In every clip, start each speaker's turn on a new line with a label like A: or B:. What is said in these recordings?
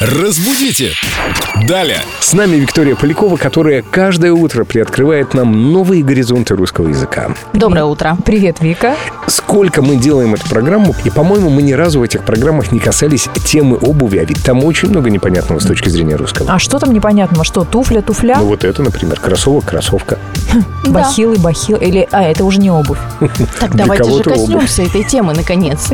A: Разбудите! Далее!
B: С нами Виктория Полякова, которая каждое утро приоткрывает нам новые горизонты русского языка.
C: Доброе утро.
D: Привет, Вика.
B: Сколько мы делаем эту программу, и, по-моему, мы ни разу в этих программах не касались темы обуви, а ведь там очень много непонятного с точки зрения русского.
D: А что там непонятного? Что, туфля, туфля,
B: Ну вот это, например, кроссовок, кроссовка.
D: бахилы, бахил? Или, а, это уже не обувь.
C: Так
B: Для
C: давайте же
B: кого-то обувь.
C: коснемся этой темы наконец.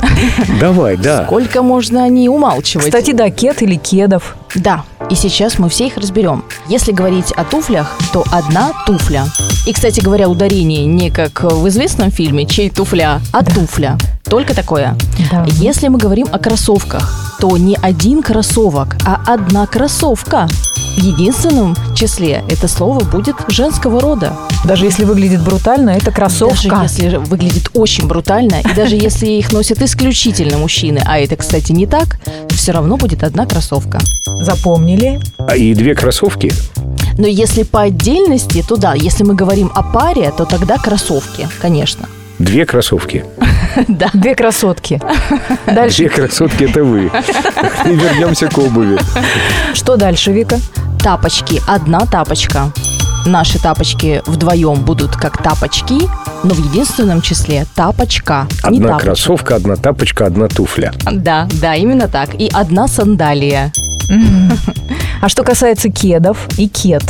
B: Давай, да.
C: Сколько можно о ней умалчивать?
D: Кстати, да, кет или кедов.
C: Да, и сейчас мы все их разберем. Если говорить о туфлях, то одна туфля. И, кстати говоря, ударение не как в известном фильме «Чей туфля», а туфля. Только такое.
D: Да.
C: Если мы говорим о кроссовках, то не один кроссовок, а одна кроссовка. В единственном числе это слово будет женского рода.
D: Даже если выглядит брутально, это кроссовка.
C: Даже если же выглядит очень брутально, и даже если их носят исключительно мужчины, а это, кстати, не так, все равно будет одна кроссовка.
D: Запомнили?
B: А И две кроссовки.
C: Но если по отдельности, то да, если мы говорим о паре, то тогда кроссовки, конечно.
B: Две кроссовки.
C: Да.
D: Две красотки.
B: Две
D: Дальше.
B: кроссовки – это вы. И вернемся к обуви.
D: Что дальше, Вика?
C: Тапочки, одна тапочка. Наши тапочки вдвоем будут как тапочки, но в единственном числе тапочка, а не
B: Одна
C: тапочка.
B: кроссовка, одна тапочка, одна туфля.
C: Да, да, именно так. И одна сандалия.
D: А что касается кедов и кет?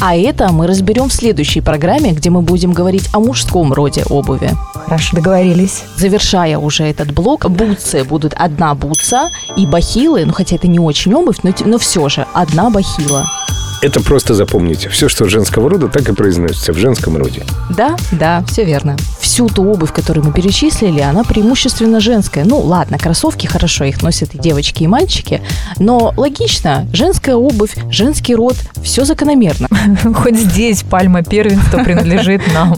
C: А это мы разберем в следующей программе, где мы будем говорить о мужском роде обуви.
D: Хорошо, договорились.
C: Завершая уже этот блок, бутсы будут одна бутса и бахилы, ну хотя это не очень обувь, но, те- но все же одна бахила.
B: Это просто запомните. Все, что женского рода, так и произносится в женском роде.
C: Да, да, все верно. Всю ту обувь, которую мы перечислили, она преимущественно женская. Ну ладно, кроссовки хорошо, их носят и девочки, и мальчики, но логично, женская обувь, женский род, все закономерно.
D: Хоть здесь пальма первенства принадлежит нам.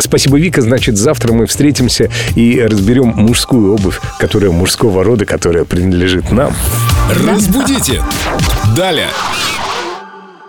B: Спасибо, Вика. Значит, завтра мы встретимся и разберем мужскую обувь, которая мужского рода, которая принадлежит нам.
A: Разбудите! Далее!